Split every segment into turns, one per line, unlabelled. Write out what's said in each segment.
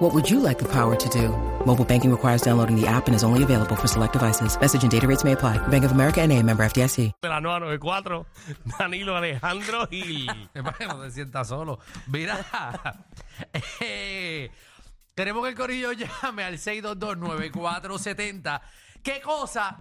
What would you like the power to do? Mobile banking requires downloading the app and is only available for select devices. Message and data rates may apply. Bank of America and a member FDIC.
de la 994, Danilo Alejandro Gil.
Para que no te sientas solo. Mira, eh, queremos que el corillo llame al 6229470. ¿Qué cosa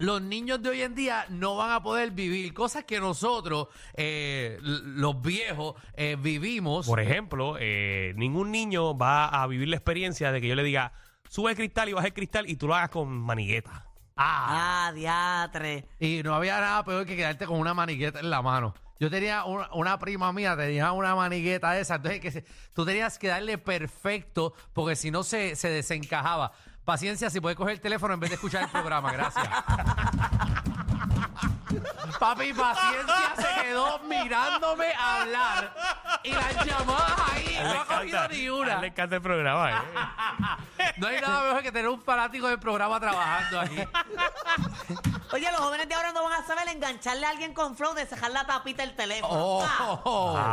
los niños de hoy en día no van a poder vivir? Cosas que nosotros, eh, l- los viejos, eh, vivimos.
Por ejemplo, eh, ningún niño va a vivir la experiencia de que yo le diga, sube el cristal y baja el cristal y tú lo hagas con manigueta.
Ah,
Ah, diatre.
y no había nada peor que quedarte con una manigueta en la mano. Yo tenía una, una prima mía, tenía una manigueta de esa. Entonces, que se- tú tenías que darle perfecto porque si no se, se desencajaba. Paciencia, si puedes coger el teléfono en vez de escuchar el programa, gracias. Papi, paciencia se quedó mirándome hablar y las llamadas ahí
A él
no
le
ha cogido
encanta-
ni
a él
una.
le encanta el programa. ¿eh?
No hay nada mejor que tener un fanático del programa trabajando aquí.
Oye, los jóvenes de ahora no van a saber engancharle a alguien con flow de cejar la tapita del teléfono.
Oh.
Ah.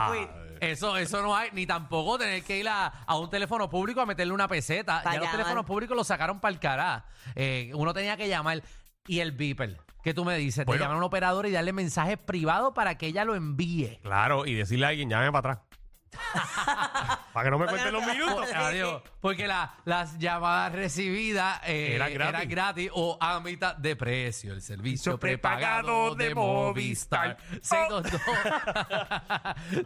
Oh.
Uy,
Eso, eso no hay, ni tampoco tener que ir a, a un teléfono público a meterle una peseta.
Pa'
ya los
llamar.
teléfonos públicos los sacaron para el cará. Eh, uno tenía que llamar y el beeper. ¿Qué tú me dices?
Bueno.
Te llaman a un operador y darle mensajes privados para que ella lo envíe.
Claro, y decirle a alguien, llame para atrás. para que no me
Para
cuenten
que no
los
te la
minutos.
cuelgue.
Adiós. Porque la- las llamadas recibidas eh,
Era
eran
gratis.
gratis. o a mitad de precio. El servicio
Servicio prepagado
prepagado
de
de Movistar. Oh.
Movistar.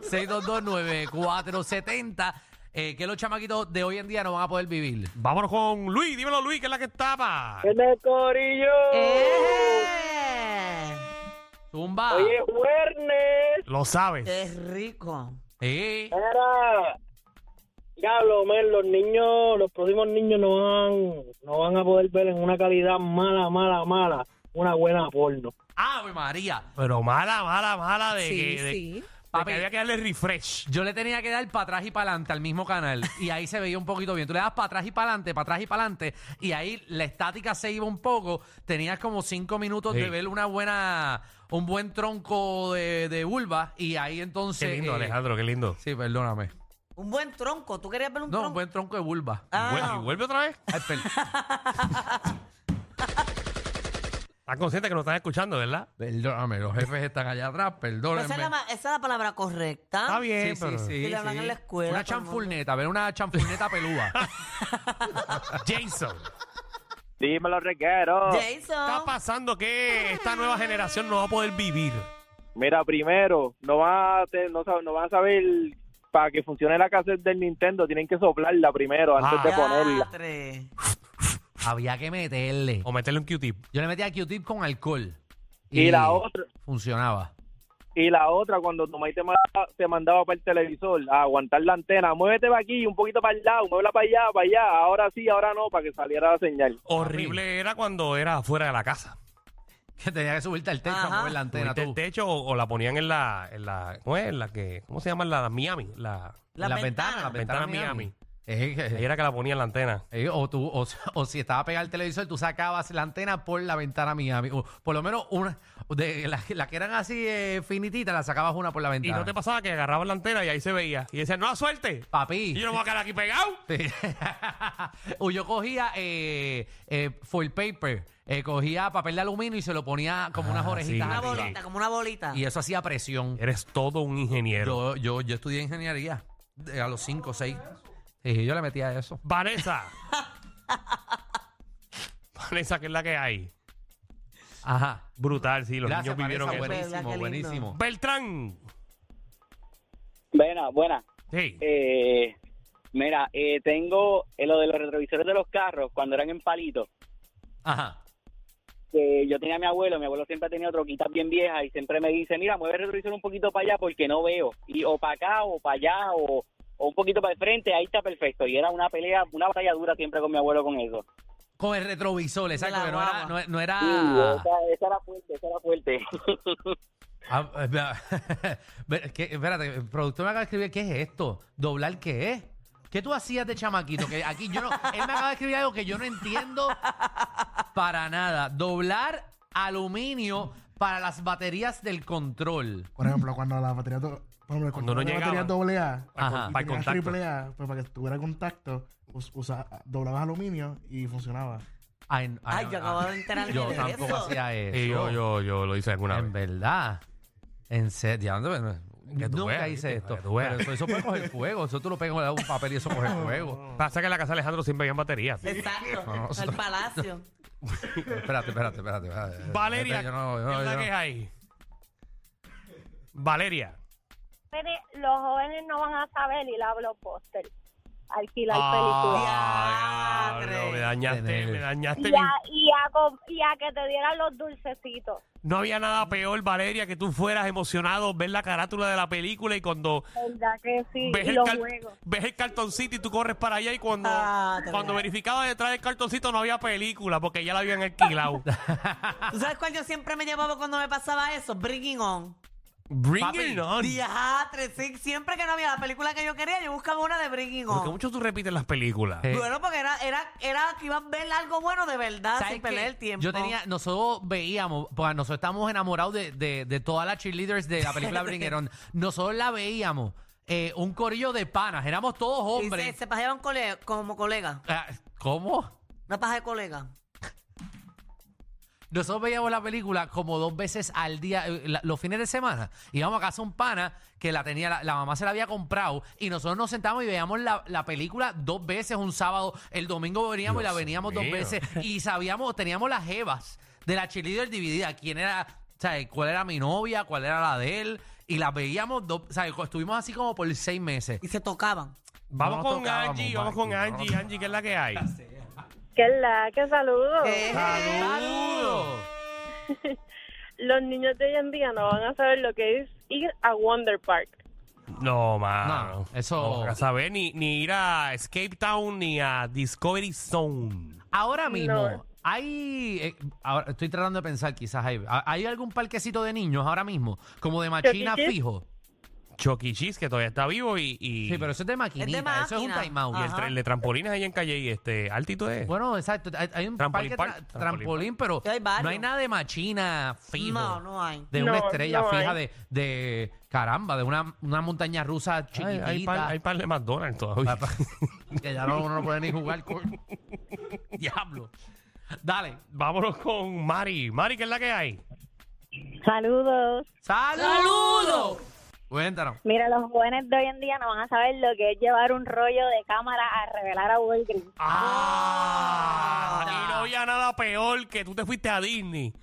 622-9470. eh, que los chamaquitos de hoy en día no van a poder vivir.
Vámonos con Luis, dímelo Luis, que es la que estaba.
¿Qué tal, corillo?
¡Eh!
Zumba.
Oye, Wernes.
Lo sabes.
¡Qué rico!
Sí.
Era. Diablo, men, los niños, los próximos niños no van, no van a poder ver en una calidad mala, mala, mala, una buena porno.
Ave María.
Pero mala, mala, mala de,
Sí,
que, de-
sí.
de
Papi.
que había que darle refresh.
Yo le tenía que dar para atrás y para adelante al mismo canal. Y ahí se veía un poquito bien. Tú le das para atrás y para adelante, para atrás y para adelante. Y ahí la estática se iba un poco. Tenías como cinco minutos
Sí.
de ver una buena, un buen tronco de, de vulva. Y ahí
Qué
entonces.
lindo,
eh,
Alejandro, qué lindo.
Sí, perdóname.
Un buen tronco. ¿Tú querías ver un
No, un
tronco?
buen tronco de vulva.
Ah,
Vuel- ¿Y vuelve otra vez?
Ay, per-
Estás consciente que nos estás escuchando, ¿verdad?
perdóname, los jefes están allá atrás,
pero
perdónenme.
esa, es la, ma- esa es la palabra correcta.
Está bien,
Sí, sí,
pero...
sí,
Y le hablan
sí.
en la escuela,
Una
todo el mundo.
chanfulneta, ver una chanfulneta pelúa.
Jason,
Dímelo, reguero.
está
Jason.
pasando que esta nueva generación no va a poder vivir.
Mira, primero, no van a, te- no, sab- no van a saber, para que funcione la cassette del Nintendo, tienen que soplarla primero antes
Ah.
de ponerla.
Diatre.
Había que meterle.
O meterle un Q-tip.
Yo le metía Q-tip con alcohol.
Y la otra,
Funcionaba.
y la otra cuando tu mamá te mandaba, te mandaba para el televisor a aguantar la antena, muévete para aquí, un poquito para el lado, muévela para allá, para allá, ahora sí, ahora no, para que saliera la señal.
Horrible era cuando era fuera de la casa.
Que tenía que subirte al techo
Ajá.
a mover la antena
Subiste
tú.
el techo o, o la ponían en la, en la, ¿cómo es? En la que, ¿cómo se llama? La, la Miami. La,
La, ventana.
la ventana,
Ventana
Miami.
Miami.
Eh, que-
ahí era que la ponían en la antena.
eh, o, tú, o, o si estaba pegado al televisor, tú sacabas la antena por la ventana Miami. O por lo menos una, de las las que eran así eh, finititas, la sacabas una por la
Y
ventana.
no te pasaba que agarraban la antena y ahí se veía. Y decían, no la suelte.
Papi.
Y yo no me voy a quedar aquí pegado.
Sí. O yo cogía eh, eh, foil paper, eh, cogía papel de aluminio y se lo ponía como unas
Ah,
orejitas
sí.
Una
arriba.
bolita, como una bolita.
Y eso hacía presión.
Eres todo un ingeniero.
Yo, yo, yo estudié ingeniería de- a los 5 o 6. Sí, yo le metía eso.
Vanessa. Vanessa, que es la que hay.
Ajá.
Brutal, sí. Los niños
Gracias, Vanessa,
vivieron eso.
Verdad, qué
buenísimo,
lindo.
buenísimo.
Beltrán.
Buena, buena.
Sí.
Eh, mira, eh, tengo eh, lo de los retrovisores de los carros cuando eran en palitos.
Ajá.
que yo tenía a mi abuelo, mi abuelo siempre ha tenido troquitas bien viejas y siempre me dice, mira, mueve el retrovisor un poquito para allá porque no veo. Y o para acá o para allá o, o un poquito para el frente, ahí está perfecto. Y era una pelea, una batalla dura siempre con mi abuelo con eso.
Con el retrovisor, exacto,
la
que no era...
guagua.
No, no era...
Uh, esa, esa era fuerte, esa era fuerte.
Ah, eh, vea- Ve- ¿qué? espérate, el productor me acaba de escribir, ¿qué es esto? ¿Doblar qué es? ¿Qué tú hacías de chamaquito? Que aquí yo no, él me acaba de escribir algo que yo no entiendo para nada. Doblar aluminio para las baterías del control.
Por ejemplo, cuando la batería, do- por ejemplo,
Cuando no
la batería
llegaban.
doble A
Ajá.
Para el
y tenías
contacto.
triple A, pues para que tuviera contacto, us- usa- doblabas aluminio y funcionaba.
Ay, no-
Ay,
no-
yo acabo de enterarme
Ah, Yo
de
tampoco
eso.
hacía eso.
Y yo, yo, yo lo hice alguna
En
vez.
verdad. En serio. diablo, no-
Que tú
Nunca
veas,
hice
¿viste?
esto.
Para que tú veas.
Pero eso, eso puede coger fuego. Eso tú lo pegas en un papel y eso coge fuego.
Pasa que en la casa de Alejandro siempre habían baterías.
Exacto.
No, no,
al palacio.
espérate, espérate, espérate, espérate.
Valeria,
Yo no- yo no-
¿qué es la
yo no-
que es ahí? Valeria.
jóvenes- los jóvenes no van a saber y la blockbuster alquilar películas
Ah,
Diatre.
diablo, me dañaste,
Tener.
me dañaste.
y
bien.
a, y, a, co- y a que te dieran los dulcecitos
No había nada peor, Valeria, que tú fueras emocionado, ver la carátula de la película y cuando
verdad que sí
ves
y
el,
los
car-
juegos
ves el cartoncito y tú corres para allá y cuando,
Ah, te
cuando
veo.
verificaba detrás del cartoncito no había película porque ya la habían alquilado.
¿Tú sabes cuál yo siempre me llevaba cuando me pasaba eso? Bringing On.
Bring
Papi,
it on.
Diatre, sí. Siempre que no había la película que yo quería, yo buscaba una de Bringing
Porque
On.
mucho tú repites las películas.
Eh,
Bueno, porque era, era, era que ibas a ver algo bueno de verdad
¿Sabes
sin perder
qué?
el tiempo.
Yo tenía, nosotros veíamos, pues nosotros estábamos enamorados de, de, de todas las cheerleaders de la película Bringerón. Nosotros la veíamos, eh, un corillo de panas, éramos todos
Hombre.
hombres.
se, paseaban cole- como colega.
Ah, ¿Cómo?
Una paja de colega.
Nosotros veíamos la película como dos veces al día, eh, la- los fines de semana. Íbamos a casa de un pana que la tenía, la, la mamá se la había comprado y nosotros nos sentamos y veíamos la, la película dos veces un sábado. El domingo veníamos y la
Dios
veníamos
mío.
dos veces y sabíamos, teníamos las jevas de la cheerleader dividida. ¿Quién era, sabes, cuál era mi novia, cuál era la de él? Y las veíamos, dos, sabes, estuvimos así como por seis meses.
Y se tocaban.
Vamos
No
con
tocábamos,
Angie, vamos con
Maki, no
Angie, Angie, ¿qué es la que hay?
que es la que saludo
Eh,
¡Saludos!
los niños de hoy en día no van a saber lo que es ir a Wonder Park
No, mano.
No, eso-
No vas a saber ni, ni ir a Escape Town ni a Discovery Zone.
Ahora mismo,
No.
hay. eh, ahora estoy tratando de pensar, quizás hay. ¿ha- ¿Hay algún parquecito de niños ahora mismo? Como de machina
Cheese?
fijo.
Chucky E. Cheese, que todavía está vivo, y, y-
Sí, pero eso es de maquinita. Eso es un
máquina.
timeout.
y el, tra- el de trampolines ahí en calle y este altito es.
Bueno, exacto. Hay, hay un
Trampolín
parque
park,
tra-
trampolín
trampolín, pero
Sí, hay varios.
no hay nada de machina fijo.
No, no hay.
De una
No,
estrella
no
fija,
hay.
de, de- Caramba, de una, una montaña rusa
Ay,
chiquitita.
hay, par, hay par de McDonald's todavía.
que ya no, uno no puede ni jugar. coño. Diablo. Dale.
Vámonos con Mari. Mari, ¿qué es la que hay?
saludos
¡Saludos! Cuéntanos.
mira los jóvenes de hoy en día no van a saber lo que es llevar un rollo de cámara a revelar a Walgreens
Ah, y no había nada peor que tú te fuiste a Disney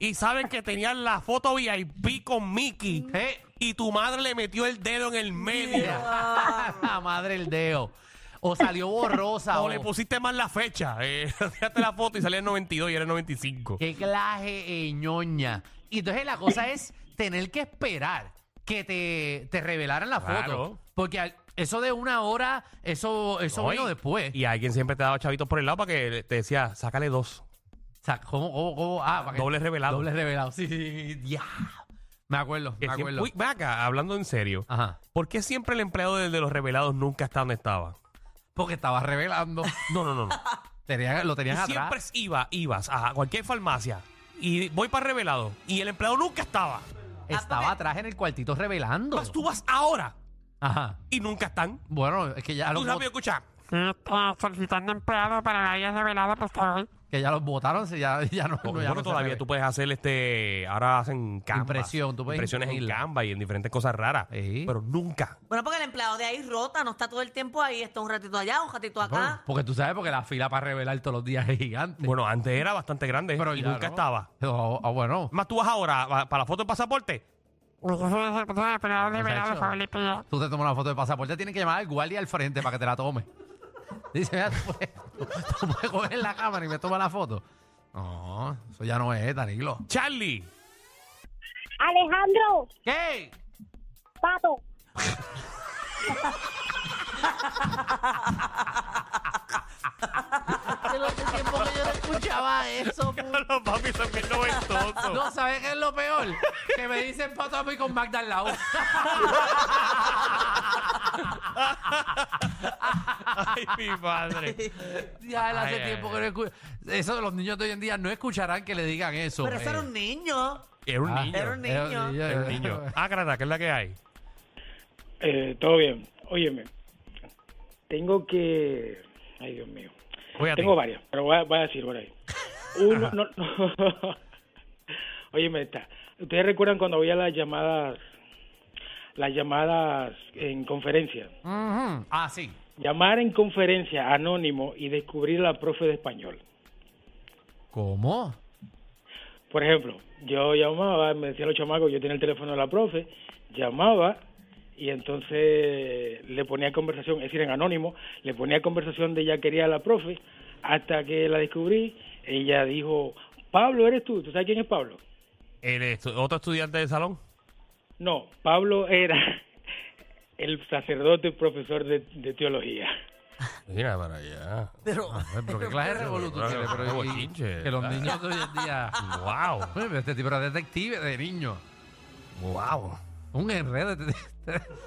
y sabes que tenían la foto VIP con Mickey
Eh,
y tu madre le metió el dedo en el medio
la madre el dedo. O salió borrosa.
o
o
le pusiste mal la fecha. Eh, fíjate la foto y salía el 92 y era el 95.
Qué claje eh, ñoña. Y entonces la cosa es tener que esperar que te, te revelaran la
Claro.
foto. Porque al- eso de una hora, eso, eso
No,
vino
y-
después.
Y alguien siempre te daba chavitos por el lado para que te decía, sácale dos.
O sea, ¿cómo, cómo, cómo? Ah, para que-
Doble revelado.
Doble revelado. Sí, sí, sí. Ya. Me acuerdo,
Que
me
siempre-
acuerdo. Ah.
Uy, ve acá, hablando en serio.
Ajá.
¿Por qué siempre el empleado del de los revelados nunca está donde estaba?
Porque estaba revelando.
No, no, no. no.
Tenía- lo
Tú
tenías atrás.
siempre iba, ibas a cualquier farmacia y voy para revelado y el empleado nunca estaba.
Estaba atrás en el cuartito revelando.
Más tú vas ahora
Ajá.
y nunca están.
Bueno, es que ya
Tú
los,
rápido
bot-
escuchas.
que ya los botaron, se- ya, ya no. no, ya
Bueno,
no se
todavía
revela.
tú puedes hacer este. Ahora hacen Canva.
Impresión, tú puedes
Impresiones en
imprimirla.
Canva y en diferentes cosas raras.
Sí.
Pero nunca.
Bueno, porque el empleado de ahí rota, no está todo el tiempo ahí, está un ratito allá, un ratito
Bueno,
acá.
porque tú sabes, porque la fila para revelar todos los días es gigante.
Bueno, antes era bastante grande
Pero
y
ya
nunca
no.
estaba.
No, ah, bueno.
Más tú vas ahora va- para la foto de pasaporte.
Muchacho, Tú te tomas una foto de pasaporte, tienes que llamar al guardia al frente para que te la tome. Dice, mira, tú puedes, tú puedes coger la cámara y me toma la foto. No, eso ya no es, Danilo.
Charlie.
Alejandro
¿Qué?
pato
hace los tiempo que yo no escuchaba eso. pu-
Los papi son bien noventosos.
No, ¿sabes qué es lo peor? Que me dicen pato a mí con Magda al lado.
Ay, mi padre.
Ya él hace
Ay, ay,
tiempo que
ay.
no escucha. Eso los niños de hoy en día no escucharán que le digan eso.
Pero eso
eh.
era un niño.
Era un
Ah. eh,
niño.
Era un niño.
Era un
Era un niño. Ágrata, ¿qué es la que hay?
Eh, todo bien. Óyeme, tengo que... Ay, Dios mío.
Cuídate.
Tengo varias, pero voy a, voy a decir por ahí. Uno, no, no. Óyeme esta. ¿Ustedes recuerdan cuando había las llamadas las llamadas en conferencia?
Mm.
Ujú. Ah, sí.
Llamar en conferencia anónimo y descubrir a la profe de español.
¿Cómo?
Por ejemplo, yo llamaba, me decían los chamacos, yo tenía el teléfono de la profe, llamaba y entonces le ponía conversación, es decir, en anónimo, le ponía conversación de ella quería a la profe, hasta que la descubrí, ella dijo, Pablo, ¿eres tú? ¿Tú sabes quién es Pablo?
El estu- otro estudiante de salón.
No, Pablo era el sacerdote profesor de, de teología.
Mira para allá.
Pero,
Ay, pues, Pero qué clase de revoluto
Pero,
tiene, pero
qué
y-
bochinche.
Que los niños de hoy en día.
Wow.
Oye, pero Este tipo era detective de niño.
Wow.
Un enredo. Él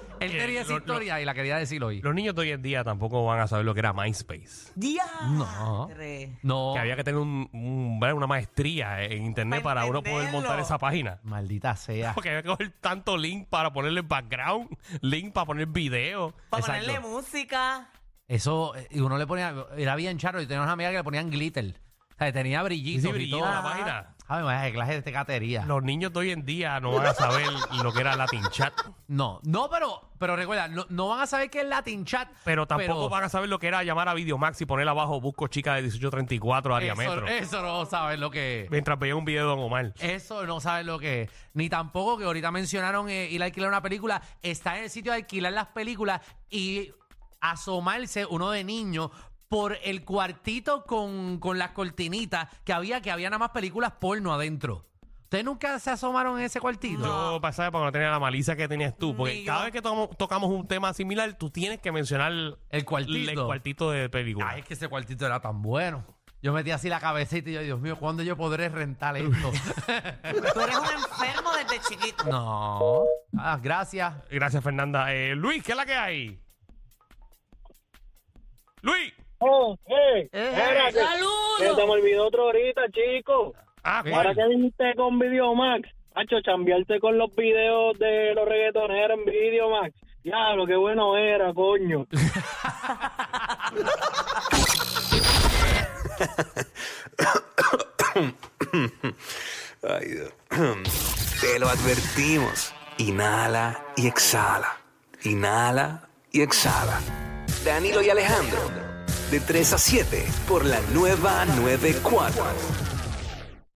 quería esa
lo- lo-
historia y la quería decir hoy.
Los niños de hoy en día tampoco van a saber lo que era MySpace.
diantre.
No.
Que había que tener un- un- ¿verdad? una maestría en internet
Para
para uno poder
entenderlo.
montar esa página.
Maldita sea.
Porque había que coger tanto link para ponerle background, link para poner video.
Para
Exacto.
ponerle música.
Eso, eh, y uno le ponía, era bien charo, y tenía unas amigas que le ponían glitter. O sea, tenía brillitos
Sí,
y
brilló
todo.
la página.
Ay, vaya, qué clase de tecatería.
Los niños de hoy en día no van a saber lo que era Latin Chat,
No, no, pero, pero recuerda, no, no van a saber qué es Latin Chat.
pero tampoco van a saber lo que era llamar a Videomax y poner abajo busco chica de 1834 área
eso,
metro.
eso no saben lo que es.
Mientras veía un video de Don Omar.
Eso no saben lo que es. Ni tampoco que ahorita mencionaron eh, ir a alquilar una película. Está en el sitio de alquilar las películas y asomarse uno de niño por el cuartito con, con las cortinitas que había, que había nada más películas porno adentro. ¿Ustedes nunca se asomaron en ese cuartito?
Yo pasaba para no tenía la malicia que tenías tú, porque
Ni
cada
yo.
vez que tomo- tocamos un tema similar, tú tienes que mencionar
El cuartito.
el cuartito de película.
Ay, es que ese cuartito era tan bueno. Yo metí así la cabecita y yo, Dios mío, ¿cuándo yo podré rentar esto?
Tú eres un enfermo desde chiquito.
no. Ah, gracias.
Gracias, Fernanda. Eh, Luis, ¿qué es la que hay? Luis.
Oh, hey, espérate, que se
¡Saludos!
me olvidó otro ahorita, chico.
Ah,
Ahora
¿cuál?
que viniste con Videomax, macho, chambearte con los videos de los reggaetoneros en Videomax. Diablo, qué bueno era, coño.
Ay, Dios. Te lo advertimos. Inhala y exhala. Inhala y exhala. Danilo y Alejandro. De 3 a 7 por la nueva 94.